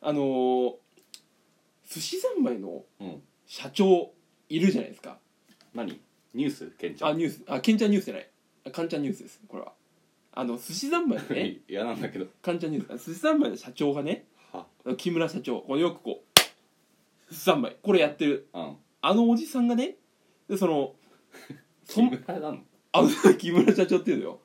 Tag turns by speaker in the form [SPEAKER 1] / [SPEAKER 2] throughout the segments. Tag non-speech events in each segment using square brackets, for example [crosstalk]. [SPEAKER 1] あのー寿司三昧の
[SPEAKER 2] うん
[SPEAKER 1] 社長いるじゃないですか
[SPEAKER 2] 何ニュースケンちゃ
[SPEAKER 1] あ
[SPEAKER 2] ん
[SPEAKER 1] ニュースあけんちゃんニュースじゃないあかんちゃんニュースですこれはあの寿司三昧のね
[SPEAKER 2] いやなんだけど
[SPEAKER 1] かんちゃんニュース寿司三昧の社長がね
[SPEAKER 2] は
[SPEAKER 1] 木村社長これよくこう寿司三昧これやってる
[SPEAKER 2] うん
[SPEAKER 1] あのおじさんがねでそのそん
[SPEAKER 2] 木村なの
[SPEAKER 1] あの木村社長っていうのよ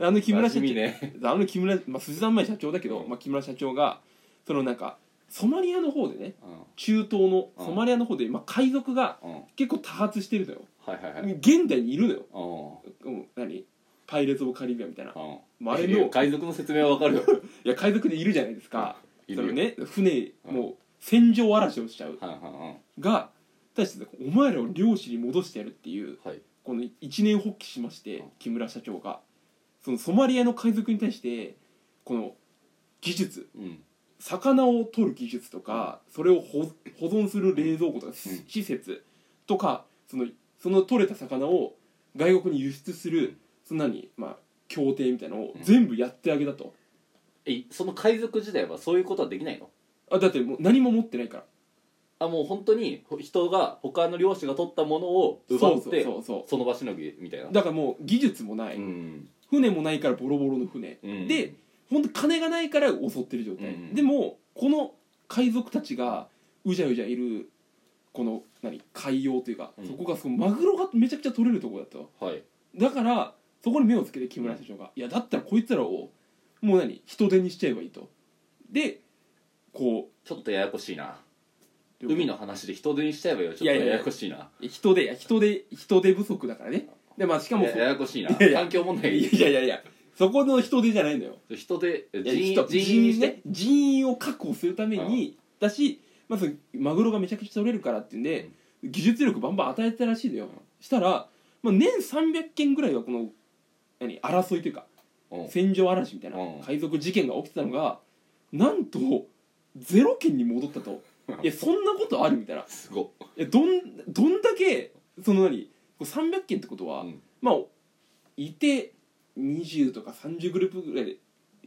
[SPEAKER 1] あの木村社
[SPEAKER 2] 馴染
[SPEAKER 1] 長
[SPEAKER 2] みね
[SPEAKER 1] あの木村、まあ、辻さん前社長だけど、
[SPEAKER 2] うん
[SPEAKER 1] まあ、木村社長がそのなんかソマリアの方でね
[SPEAKER 2] うん
[SPEAKER 1] 中東の
[SPEAKER 2] うん
[SPEAKER 1] ソマリアの方で、まあ、海賊が
[SPEAKER 2] うんは
[SPEAKER 1] 結構多発してるのよ
[SPEAKER 2] いはいはい
[SPEAKER 1] 現代にいるのよ、
[SPEAKER 2] うん
[SPEAKER 1] うん、何パイレーツ・オブ・カリビアンみたいな
[SPEAKER 2] うん
[SPEAKER 1] まああれ
[SPEAKER 2] いや
[SPEAKER 1] の
[SPEAKER 2] 海賊の説明はわかるよ
[SPEAKER 1] いや海賊でいるじゃないですか
[SPEAKER 2] い
[SPEAKER 1] そ
[SPEAKER 2] る
[SPEAKER 1] の
[SPEAKER 2] よ
[SPEAKER 1] ね船
[SPEAKER 2] うん
[SPEAKER 1] もう戦場荒らしをしちゃう
[SPEAKER 2] はいはいはい
[SPEAKER 1] が対してお前らを漁師に戻してやるっていう
[SPEAKER 2] はい
[SPEAKER 1] この一年発起しまして
[SPEAKER 2] うん
[SPEAKER 1] 木村社長がそのソマリアの海賊に対してこの技術
[SPEAKER 2] うん
[SPEAKER 1] 魚を取る技術とかそれを保保存する冷蔵庫とかし施設とかそのその取れた魚を外国に輸出す
[SPEAKER 2] う
[SPEAKER 1] る
[SPEAKER 2] ん
[SPEAKER 1] そんなにまあ協定みたいなのを
[SPEAKER 2] うん
[SPEAKER 1] 全部やってあげたと
[SPEAKER 2] えその海賊時代はそういうことはできないの
[SPEAKER 1] あだってもう何も持ってないから
[SPEAKER 2] あもう本当にほ人が他の漁師が取ったものを奪って
[SPEAKER 1] そうそうそう
[SPEAKER 2] その場しのぎみたいな
[SPEAKER 1] そうだからもう技術もない、
[SPEAKER 2] うん
[SPEAKER 1] 船もないからボロボロの船、
[SPEAKER 2] うん
[SPEAKER 1] で本当金がないから襲ってる状態、
[SPEAKER 2] うん
[SPEAKER 1] でもこの海賊たちがうじゃうじゃいるこの何海洋というか、
[SPEAKER 2] うん
[SPEAKER 1] そこがそのマグロがめちゃくちゃ取れるとこだと
[SPEAKER 2] はい
[SPEAKER 1] だからそこに目をつけて木村社長が、いやだったらこいつらをもう何人手にしちゃえばいいとでこ
[SPEAKER 2] ちょっとややこしいな
[SPEAKER 1] う
[SPEAKER 2] 海の話で人手にしちゃえばよちょっ
[SPEAKER 1] いや
[SPEAKER 2] と
[SPEAKER 1] いや
[SPEAKER 2] や
[SPEAKER 1] いや
[SPEAKER 2] やこしいな
[SPEAKER 1] 人手いや人手人手不足だからねでまあしかも
[SPEAKER 2] や
[SPEAKER 1] そ
[SPEAKER 2] ややこしいない
[SPEAKER 1] やいや
[SPEAKER 2] 環境問題
[SPEAKER 1] いやいやいやいやそこの人手じゃないんだよ
[SPEAKER 2] 人手え
[SPEAKER 1] いや人
[SPEAKER 2] 人員人員
[SPEAKER 1] 人員ね人員を確保するためにだしまずマグロがめちゃくちゃ取れるからっていうんで、技術力バンバン与えてたらしいのよ、
[SPEAKER 2] ん
[SPEAKER 1] したら、まあ、年300件ぐらいはこの何争いというか
[SPEAKER 2] うん
[SPEAKER 1] 戦場嵐みたいな
[SPEAKER 2] うん
[SPEAKER 1] 海賊事件が起きてたのがなんとゼロ件に戻ったといやそんなことあるみたいない
[SPEAKER 2] すごっ
[SPEAKER 1] やどんどんだけその何こう300件ってことは、
[SPEAKER 2] うん
[SPEAKER 1] まあいて20とか30グループぐらいで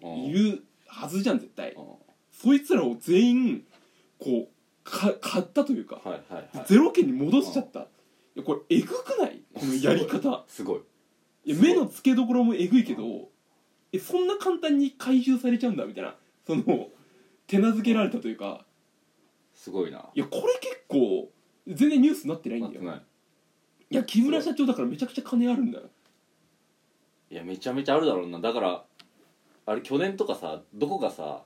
[SPEAKER 2] うん
[SPEAKER 1] いるはずじゃん絶対
[SPEAKER 2] うんは
[SPEAKER 1] そいつらを全員こうか買ったというか
[SPEAKER 2] いはいはい
[SPEAKER 1] ゼロ件に戻しちゃったいやこれえぐくないこのやり方
[SPEAKER 2] すごい
[SPEAKER 1] いや
[SPEAKER 2] すごい
[SPEAKER 1] 目の付けどころもえぐいけどえそんな簡単に回収されちゃうんだみたいなその手なずけられたというか
[SPEAKER 2] すごいなない
[SPEAKER 1] やこれ結構全然ニュースになってないんだ
[SPEAKER 2] って
[SPEAKER 1] よ
[SPEAKER 2] ない
[SPEAKER 1] いや木村社長だからめちゃくちゃ金あるんだよ
[SPEAKER 2] いやめちゃめちゃあるだろうなだからあれ去年とかさどこがさ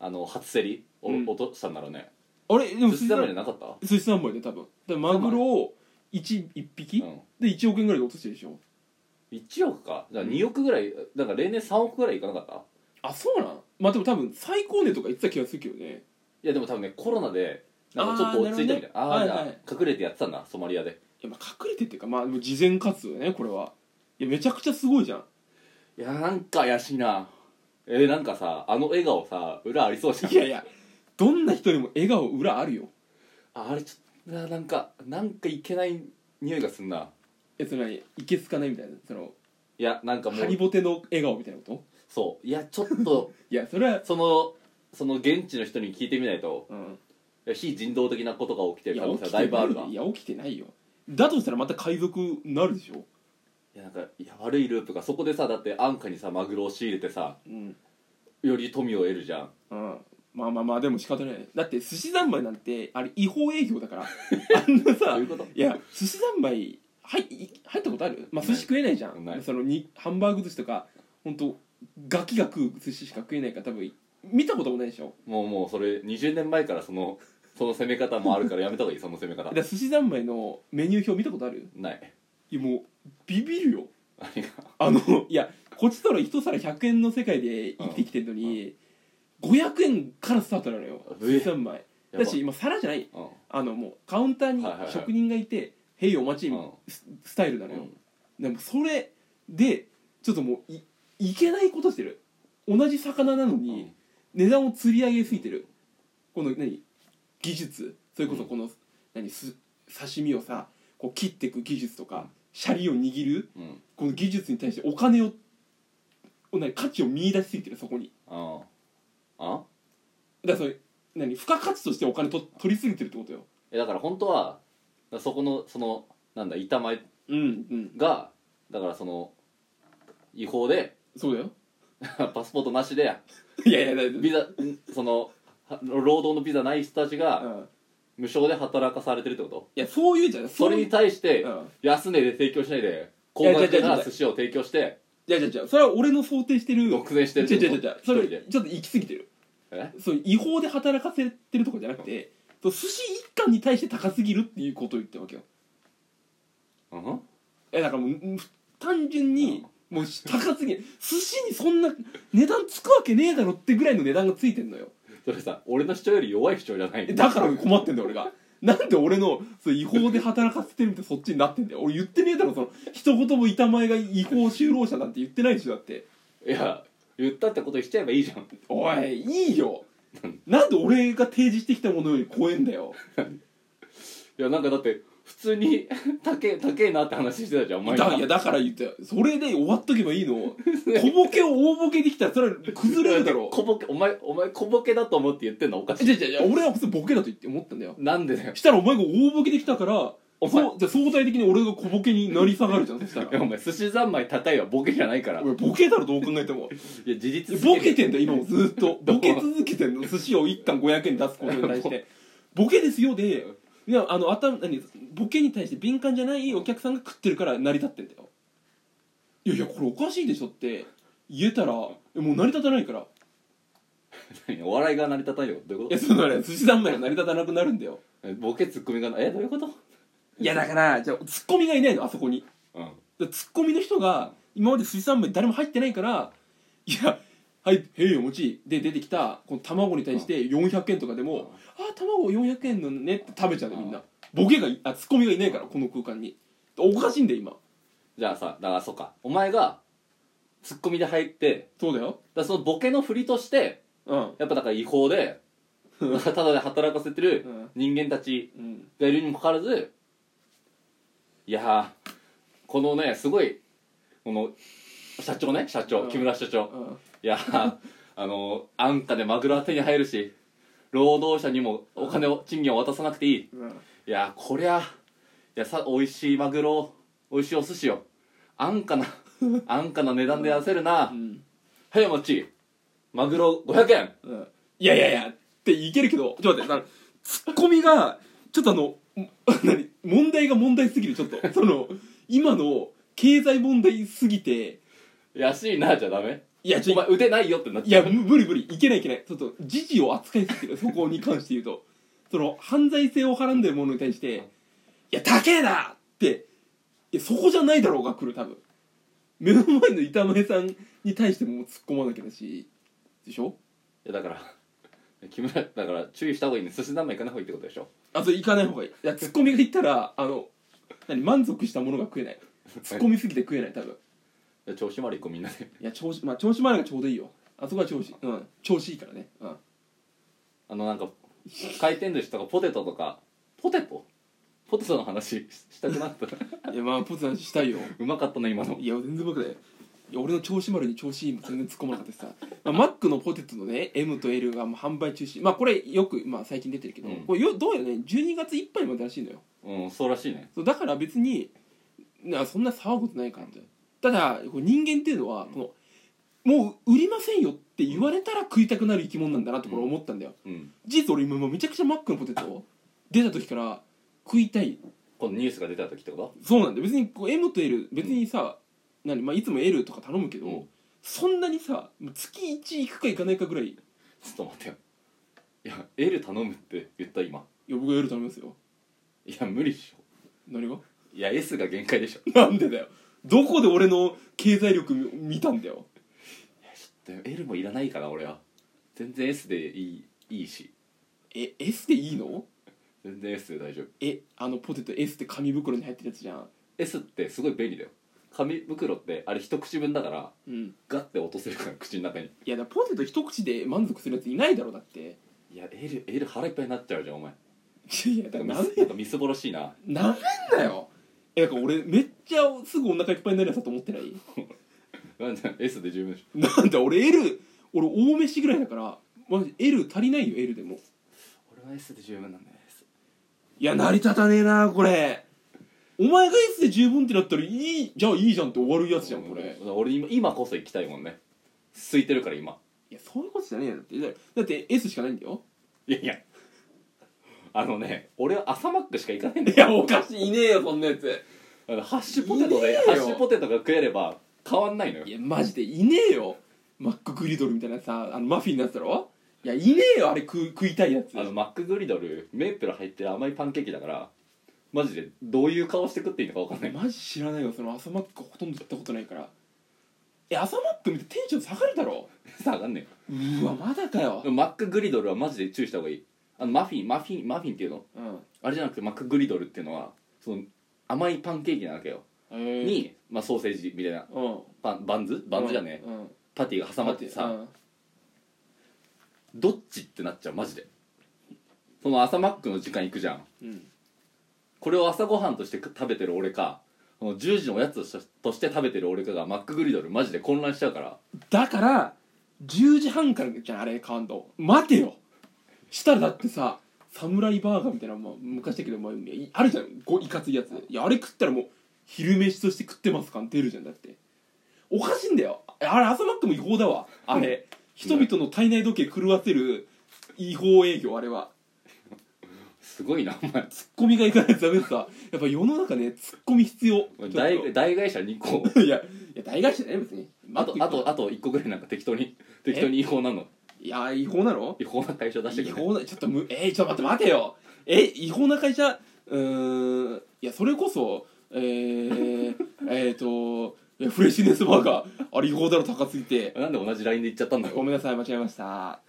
[SPEAKER 2] あの初競りお
[SPEAKER 1] うん
[SPEAKER 2] 落としたんだろうね
[SPEAKER 1] あれでも
[SPEAKER 2] 寿
[SPEAKER 1] 寿司
[SPEAKER 2] 司だ
[SPEAKER 1] 三
[SPEAKER 2] めじゃ
[SPEAKER 1] 昧
[SPEAKER 2] なかった
[SPEAKER 1] 寿司三昧で多分だからマグロを 1, 1匹
[SPEAKER 2] うん
[SPEAKER 1] で1億円ぐらいで落としてるでしょ
[SPEAKER 2] 1億かだから2億ぐらいだから例年3億ぐらいいかなかった
[SPEAKER 1] あそうなんまあでも多分最高値とか言ってた気がするけどね
[SPEAKER 2] いやでも多分ねコロナでなんかちょっと落ち着いたみたいな
[SPEAKER 1] あー
[SPEAKER 2] ああー、
[SPEAKER 1] なるほどねはいはい
[SPEAKER 2] じゃあ隠れてやってたんだソマリアで
[SPEAKER 1] いやまあ隠れてっていうかまあでも慈善活動だねこれはいやめちゃくちゃすごいじゃん
[SPEAKER 2] いやなんか怪しいなえー、なんかさあの笑顔さ裏ありそうじゃん
[SPEAKER 1] いやいやどんな人にも笑顔裏あるよ
[SPEAKER 2] ああれちょっとななんかなんかいけない匂いがすんな
[SPEAKER 1] えそれ何いけつかないみたいなその
[SPEAKER 2] いやなんかも
[SPEAKER 1] ハ
[SPEAKER 2] う
[SPEAKER 1] リボテの笑顔みたいなこと
[SPEAKER 2] そういやちょっと [laughs]
[SPEAKER 1] いやそれは
[SPEAKER 2] そのその現地の人に聞いてみないと
[SPEAKER 1] うん
[SPEAKER 2] いや非人道的なことが起きて
[SPEAKER 1] い
[SPEAKER 2] る
[SPEAKER 1] や
[SPEAKER 2] 可能
[SPEAKER 1] 起
[SPEAKER 2] 性
[SPEAKER 1] き
[SPEAKER 2] は
[SPEAKER 1] て
[SPEAKER 2] だ
[SPEAKER 1] ないい
[SPEAKER 2] ぶあるない
[SPEAKER 1] いや起きてないよだとしたらまた海賊になるでしょ
[SPEAKER 2] やなんかいや悪いループがそこでさだって安価にさマグロを仕入れてさ
[SPEAKER 1] うん、
[SPEAKER 2] より富を得るじゃん
[SPEAKER 1] うん、まあまあまあでも仕方ないだって寿司三昧なんてあれ違法営業だから [laughs] あんな
[SPEAKER 2] ど
[SPEAKER 1] さ
[SPEAKER 2] ういうこと
[SPEAKER 1] いや寿司三昧入い入ったことある、まあ、寿司食えないじゃ
[SPEAKER 2] ない
[SPEAKER 1] んそのにハンバーグ寿司とか本当ガキが食う寿司しか食えないから多分見たこともないでしょ
[SPEAKER 2] もうもうそれ20年前からそのその攻め方もあるからやめた方がいいその攻め
[SPEAKER 1] だ
[SPEAKER 2] 方
[SPEAKER 1] から寿司三昧のメニュー表見たことある
[SPEAKER 2] ない
[SPEAKER 1] いやもうビビるよ
[SPEAKER 2] 何が
[SPEAKER 1] あのいやこっちとら一皿100円の世界で生きてきてるのに、500円からスタートなのよ
[SPEAKER 2] え
[SPEAKER 1] 寿司三昧
[SPEAKER 2] やば
[SPEAKER 1] だし今皿じゃない
[SPEAKER 2] うんうん
[SPEAKER 1] あのもうカウンターに
[SPEAKER 2] はいはいはい
[SPEAKER 1] 職人がいて「へいお待ち
[SPEAKER 2] うん」
[SPEAKER 1] ススタイルなの
[SPEAKER 2] う
[SPEAKER 1] よ、
[SPEAKER 2] ん
[SPEAKER 1] でもそれでちょっともういいけないことしてる同じ魚なのに値段を釣り上げすぎてるこの何技術それこそこの、何す刺身をさこう切っていく技術とかシャリを握る
[SPEAKER 2] うん
[SPEAKER 1] この技術に対してお金を何価値を見出しすぎてるそこに
[SPEAKER 2] ああ
[SPEAKER 1] だからそれ何付加価値としてお金と取りすぎてるってことよ
[SPEAKER 2] えだから本当はそこのそのなんだ板前
[SPEAKER 1] うんうん
[SPEAKER 2] がだからその違法で [laughs]
[SPEAKER 1] そうだよ
[SPEAKER 2] パスポートなしで
[SPEAKER 1] いやいやだ
[SPEAKER 2] ビザんそのは労働のビザない人たち
[SPEAKER 1] う
[SPEAKER 2] が
[SPEAKER 1] ん、
[SPEAKER 2] 無償で働かされてるってこと
[SPEAKER 1] いやそういうじゃん
[SPEAKER 2] そ
[SPEAKER 1] い
[SPEAKER 2] れ
[SPEAKER 1] う
[SPEAKER 2] に対して
[SPEAKER 1] うん
[SPEAKER 2] 安値で提供しないで
[SPEAKER 1] いや
[SPEAKER 2] 高額
[SPEAKER 1] 違う違う違
[SPEAKER 2] な
[SPEAKER 1] う
[SPEAKER 2] 寿司を提供して
[SPEAKER 1] いやいやいやそれは俺の想定してる
[SPEAKER 2] 独占してる
[SPEAKER 1] 違う違う違う
[SPEAKER 2] って
[SPEAKER 1] 違う
[SPEAKER 2] こと
[SPEAKER 1] そ
[SPEAKER 2] 一
[SPEAKER 1] れ
[SPEAKER 2] 人で
[SPEAKER 1] ちょっと行き過ぎてる
[SPEAKER 2] え
[SPEAKER 1] そう違法で働かせてるとかじゃなくて、そう寿司一貫に対して高すぎるっていうことを言ってるわけよ
[SPEAKER 2] うん
[SPEAKER 1] えだからもうん単純にもう高すぎる寿司にそんな値段つくわけねえだろってぐらいの値段がついてんのよ
[SPEAKER 2] それさ俺の主張より弱い主張じゃない
[SPEAKER 1] えだから困ってんだよ俺がなんで俺のそう違法で働かせてるみたいなそっちになってんだよ俺言ってねえだろその一言も板前が違法就労者なんて言ってないでしょだって
[SPEAKER 2] いや言ったってことしちゃえばいいじゃん
[SPEAKER 1] おいいいよなんで俺が提示してきたものより怖えんだよ
[SPEAKER 2] いやなんかだって普通に [laughs] 高え高えなって話してたじゃんお前
[SPEAKER 1] だいやだから言ったよそれで終わっとけばいい
[SPEAKER 2] [laughs]
[SPEAKER 1] の小ボケを大ボケできたらそれは崩れるだろ
[SPEAKER 2] 小ボケお前お前小ボケだと思って言ってんのおかしい
[SPEAKER 1] じゃじゃじゃ俺は普通ボケだと言って思ったんだよ
[SPEAKER 2] なんでだよ
[SPEAKER 1] したらお前が大ボケできたから
[SPEAKER 2] お前
[SPEAKER 1] そうじゃあ相対的に俺が小ボケになり下がるじゃんそした
[SPEAKER 2] いや
[SPEAKER 1] ら
[SPEAKER 2] お前寿司三昧叩いはボケじゃないからいや
[SPEAKER 1] 俺ボケだろどう考えても
[SPEAKER 2] 事実すぎる
[SPEAKER 1] ボケてんだよ今もずっと [laughs] ボケ続けてんの寿司を1貫500円出すことに対してボケですよでいやあの頭何ボケに対して敏感じゃないお客さんが食ってるから成り立ってんだよいやいやこれおかしいでしょって言えたらもう成り立たないから
[SPEAKER 2] 何お笑いが成り立たないよどういう
[SPEAKER 1] い
[SPEAKER 2] こ
[SPEAKER 1] やそのね寿司三昧が成り立たなくなるんだよ
[SPEAKER 2] とボケツッコミがなえどういうこと
[SPEAKER 1] いやだからじゃあツッコミがいないのあそこに
[SPEAKER 2] うん
[SPEAKER 1] だからツッコミの人が今まで水産部に誰も入ってないからいや「はいへいお餅」で出てきたこの卵に対して400円とかでも「ああ卵400円のね」って食べちゃうのみんなボケがいあツッコミがいないからこの空間におかしいんだよ今
[SPEAKER 2] じゃあさだからそっかお前がツッコミで入って
[SPEAKER 1] そうだよ
[SPEAKER 2] だからそのボケの振りとして
[SPEAKER 1] うん
[SPEAKER 2] やっぱだから違法でただで働かせてる
[SPEAKER 1] うん
[SPEAKER 2] 人間たち
[SPEAKER 1] うん
[SPEAKER 2] がいるにもかかわらずいやーこのねすごいこの社長ね社長
[SPEAKER 1] うん
[SPEAKER 2] 木村社
[SPEAKER 1] う
[SPEAKER 2] 長
[SPEAKER 1] ん
[SPEAKER 2] いやーあの安価でマグロは手に入るし労働者にもお金を賃金を渡さなくていい
[SPEAKER 1] うん
[SPEAKER 2] いやーこりゃいやさ美味しいマグロを美味しいお寿司を安
[SPEAKER 1] [laughs]
[SPEAKER 2] 価な安価な値段で出せるな
[SPEAKER 1] うん
[SPEAKER 2] はいお待ちマグロ500円
[SPEAKER 1] うんいやいやいやっていけるけどちょっと待ってなんかツッコミがちょっとあのん何問題が問題すぎるちょっとその今の経済問題すぎて
[SPEAKER 2] 安いなじゃダメ
[SPEAKER 1] いやちょ
[SPEAKER 2] お前腕ないよってなっ
[SPEAKER 1] い
[SPEAKER 2] ちゃ
[SPEAKER 1] や
[SPEAKER 2] う
[SPEAKER 1] む無理無理いけないいけないちょっと時事を扱いすぎてるそこに関して言うとその犯罪性をはらんでるものに対して
[SPEAKER 2] うん
[SPEAKER 1] 「いや高えな!」っていやそこじゃないだろうが来る多分目の前の板前さんに対しても突っ込まなきゃだしでしょ
[SPEAKER 2] いやだから木村だから注意した方がいいね寿司三昧行かない方がいいってことでしょ
[SPEAKER 1] あと行かない方がいいいやツッコミが言ったらあの何満足したものが食えない突っ込みすぎて食えない多分
[SPEAKER 2] いや調子悪い子みんなで
[SPEAKER 1] いや調子まあ調子前がちょうどいいよあそこは調子うん調子いいからねうん
[SPEAKER 2] あのなんか回転寿司とかポテトとかポテトポテトの話 [laughs] ししたくなった
[SPEAKER 1] いやまあポツの話したいよ
[SPEAKER 2] うまかったね今の
[SPEAKER 1] いや全然僕だよいや俺の調子丸に調子いいも全然突っ込まなかったしさ、まあ、マックのポテトのね M と L がもう販売中止まあこれよく、まあ、最近出てるけど、
[SPEAKER 2] うん
[SPEAKER 1] これよどうやらね12月いっぱいまでらしいのよ
[SPEAKER 2] うんそうらしいね
[SPEAKER 1] そうだから別になそんな騒ぐことないからってただこう人間っていうのはこのもう売りませんよって言われたら食いたくなる生き物なんだなってこれ思ったんだよ
[SPEAKER 2] うん
[SPEAKER 1] 事実俺今もうめちゃくちゃマックのポテト出た時から食いたい
[SPEAKER 2] このニュースが出た時ってこ
[SPEAKER 1] そうなんだよ別にこう M と L 別にさ、何まあ、いつも L とか頼むけど、
[SPEAKER 2] うん
[SPEAKER 1] そんなにさもう月1行くか行かないかぐらいい
[SPEAKER 2] とちょっと待ってよいや L 頼むって言った今
[SPEAKER 1] や僕は L 頼みますよ
[SPEAKER 2] いや無理っしょ
[SPEAKER 1] [laughs] 何が
[SPEAKER 2] いや S が限界でしょ
[SPEAKER 1] なんでだよどこで俺の経済力み見たんだよ
[SPEAKER 2] で L もいらないから俺は全然 S でいいいいし
[SPEAKER 1] え S でいいの
[SPEAKER 2] 全然 S で大丈夫
[SPEAKER 1] えあのポテト S って紙袋に入ってるやつじゃん
[SPEAKER 2] S ってすごい便利だよ紙袋ってあれ一口分だから
[SPEAKER 1] うん
[SPEAKER 2] ガッて落とせるから口の中に
[SPEAKER 1] いやだからポテト一口で満足するやついないだろだって
[SPEAKER 2] いや L, L 腹いっぱいになっちゃうじゃんお前
[SPEAKER 1] いやだ
[SPEAKER 2] な
[SPEAKER 1] から
[SPEAKER 2] ん
[SPEAKER 1] な
[SPEAKER 2] か
[SPEAKER 1] め
[SPEAKER 2] みすなんかみすぼらしいな
[SPEAKER 1] なめんなよえだから俺めっちゃすぐお腹いっぱいになるやつだと思ってない
[SPEAKER 2] なんだ S で十分でしょ
[SPEAKER 1] なんだ俺 L 俺大飯ぐらいだからマジ L 足りないよ L でも
[SPEAKER 2] は S で十分なんです
[SPEAKER 1] いや成り立たねえなこれお前が S で十分ってなったらいいじゃあいいじゃんって終わるやつじゃんこれ
[SPEAKER 2] うん俺今今こそ行きたいもんね空いてるから今
[SPEAKER 1] いやそういうことじゃねえよだってだだって S しかないんだよ
[SPEAKER 2] いやいやあのね俺は朝マックしか行かないんだ
[SPEAKER 1] い
[SPEAKER 2] よ
[SPEAKER 1] やおかしいいねえよそんなやつ
[SPEAKER 2] あのハッシュポテト
[SPEAKER 1] いね
[SPEAKER 2] で
[SPEAKER 1] え
[SPEAKER 2] ハ
[SPEAKER 1] よ
[SPEAKER 2] ッシュポテトが食えれば変わんないのよ
[SPEAKER 1] いやマジでいねえよマックグリドルみたいなさあのマフィンのやつだろいやいねえよあれ食う食いたいやつ
[SPEAKER 2] あのマックグリドルメープル入ってる甘いパンケーキだからマジでどういう顔して食っていいのか分かんない
[SPEAKER 1] マジ知らないよその朝マックほとんど行ったことないからえ朝マック見てテンション下がるだろ
[SPEAKER 2] さあ分かんね
[SPEAKER 1] うーわまだかよ
[SPEAKER 2] えよマックグリドルはマジで注意した方がいいあのマフィンマフィンマフィンっていうの
[SPEAKER 1] うん
[SPEAKER 2] あれじゃなくてマックグリドルっていうのはその甘いパンケーキなわけよ、
[SPEAKER 1] え
[SPEAKER 2] に、まあ、ソーセージみたいな
[SPEAKER 1] うん
[SPEAKER 2] パンバンズバンズじゃねえ、
[SPEAKER 1] うん
[SPEAKER 2] パティが挟まってさ、どっちってなっちゃうマジでその朝マックの時間行くじゃん
[SPEAKER 1] うん
[SPEAKER 2] これを朝ごはんとして食食べてる俺かその10時のおやつとしてとして食べてる俺かがマックグリドルマジで混乱しちゃうから
[SPEAKER 1] だから10時半からじゃんあれ買わんと待てよしたらだってさサムライバーガーみたいな、まあ、昔だけど、まあ、いあるじゃんごいかついやついやあれ食ったらもう昼飯として食ってます感出るじゃんだっておかしいんだよあれ朝マックも違法だわあれ人々の体内時計狂わせる違法営業あれは
[SPEAKER 2] すごいなお前
[SPEAKER 1] ツッコミがいかないとダメでさやっぱ世の中ねツッコミ必要
[SPEAKER 2] お前
[SPEAKER 1] ちょっ
[SPEAKER 2] 大大会社2個
[SPEAKER 1] [laughs] といやいや大会社じゃない別に
[SPEAKER 2] あとあとあと1個ぐらいなんか適当に適当に違法なの
[SPEAKER 1] いや違法なの
[SPEAKER 2] 違法な会社出して
[SPEAKER 1] 違
[SPEAKER 2] くれ
[SPEAKER 1] 法なちょっとむえー、ちょっと待って待てよえ違法な会社うーんいやそれこそえー、 [laughs] えーといやフレッシュネスバーガーあれ違法だろ高すぎて
[SPEAKER 2] なんで同じラインで行っちゃったんだろう
[SPEAKER 1] ごめんなさい間違えました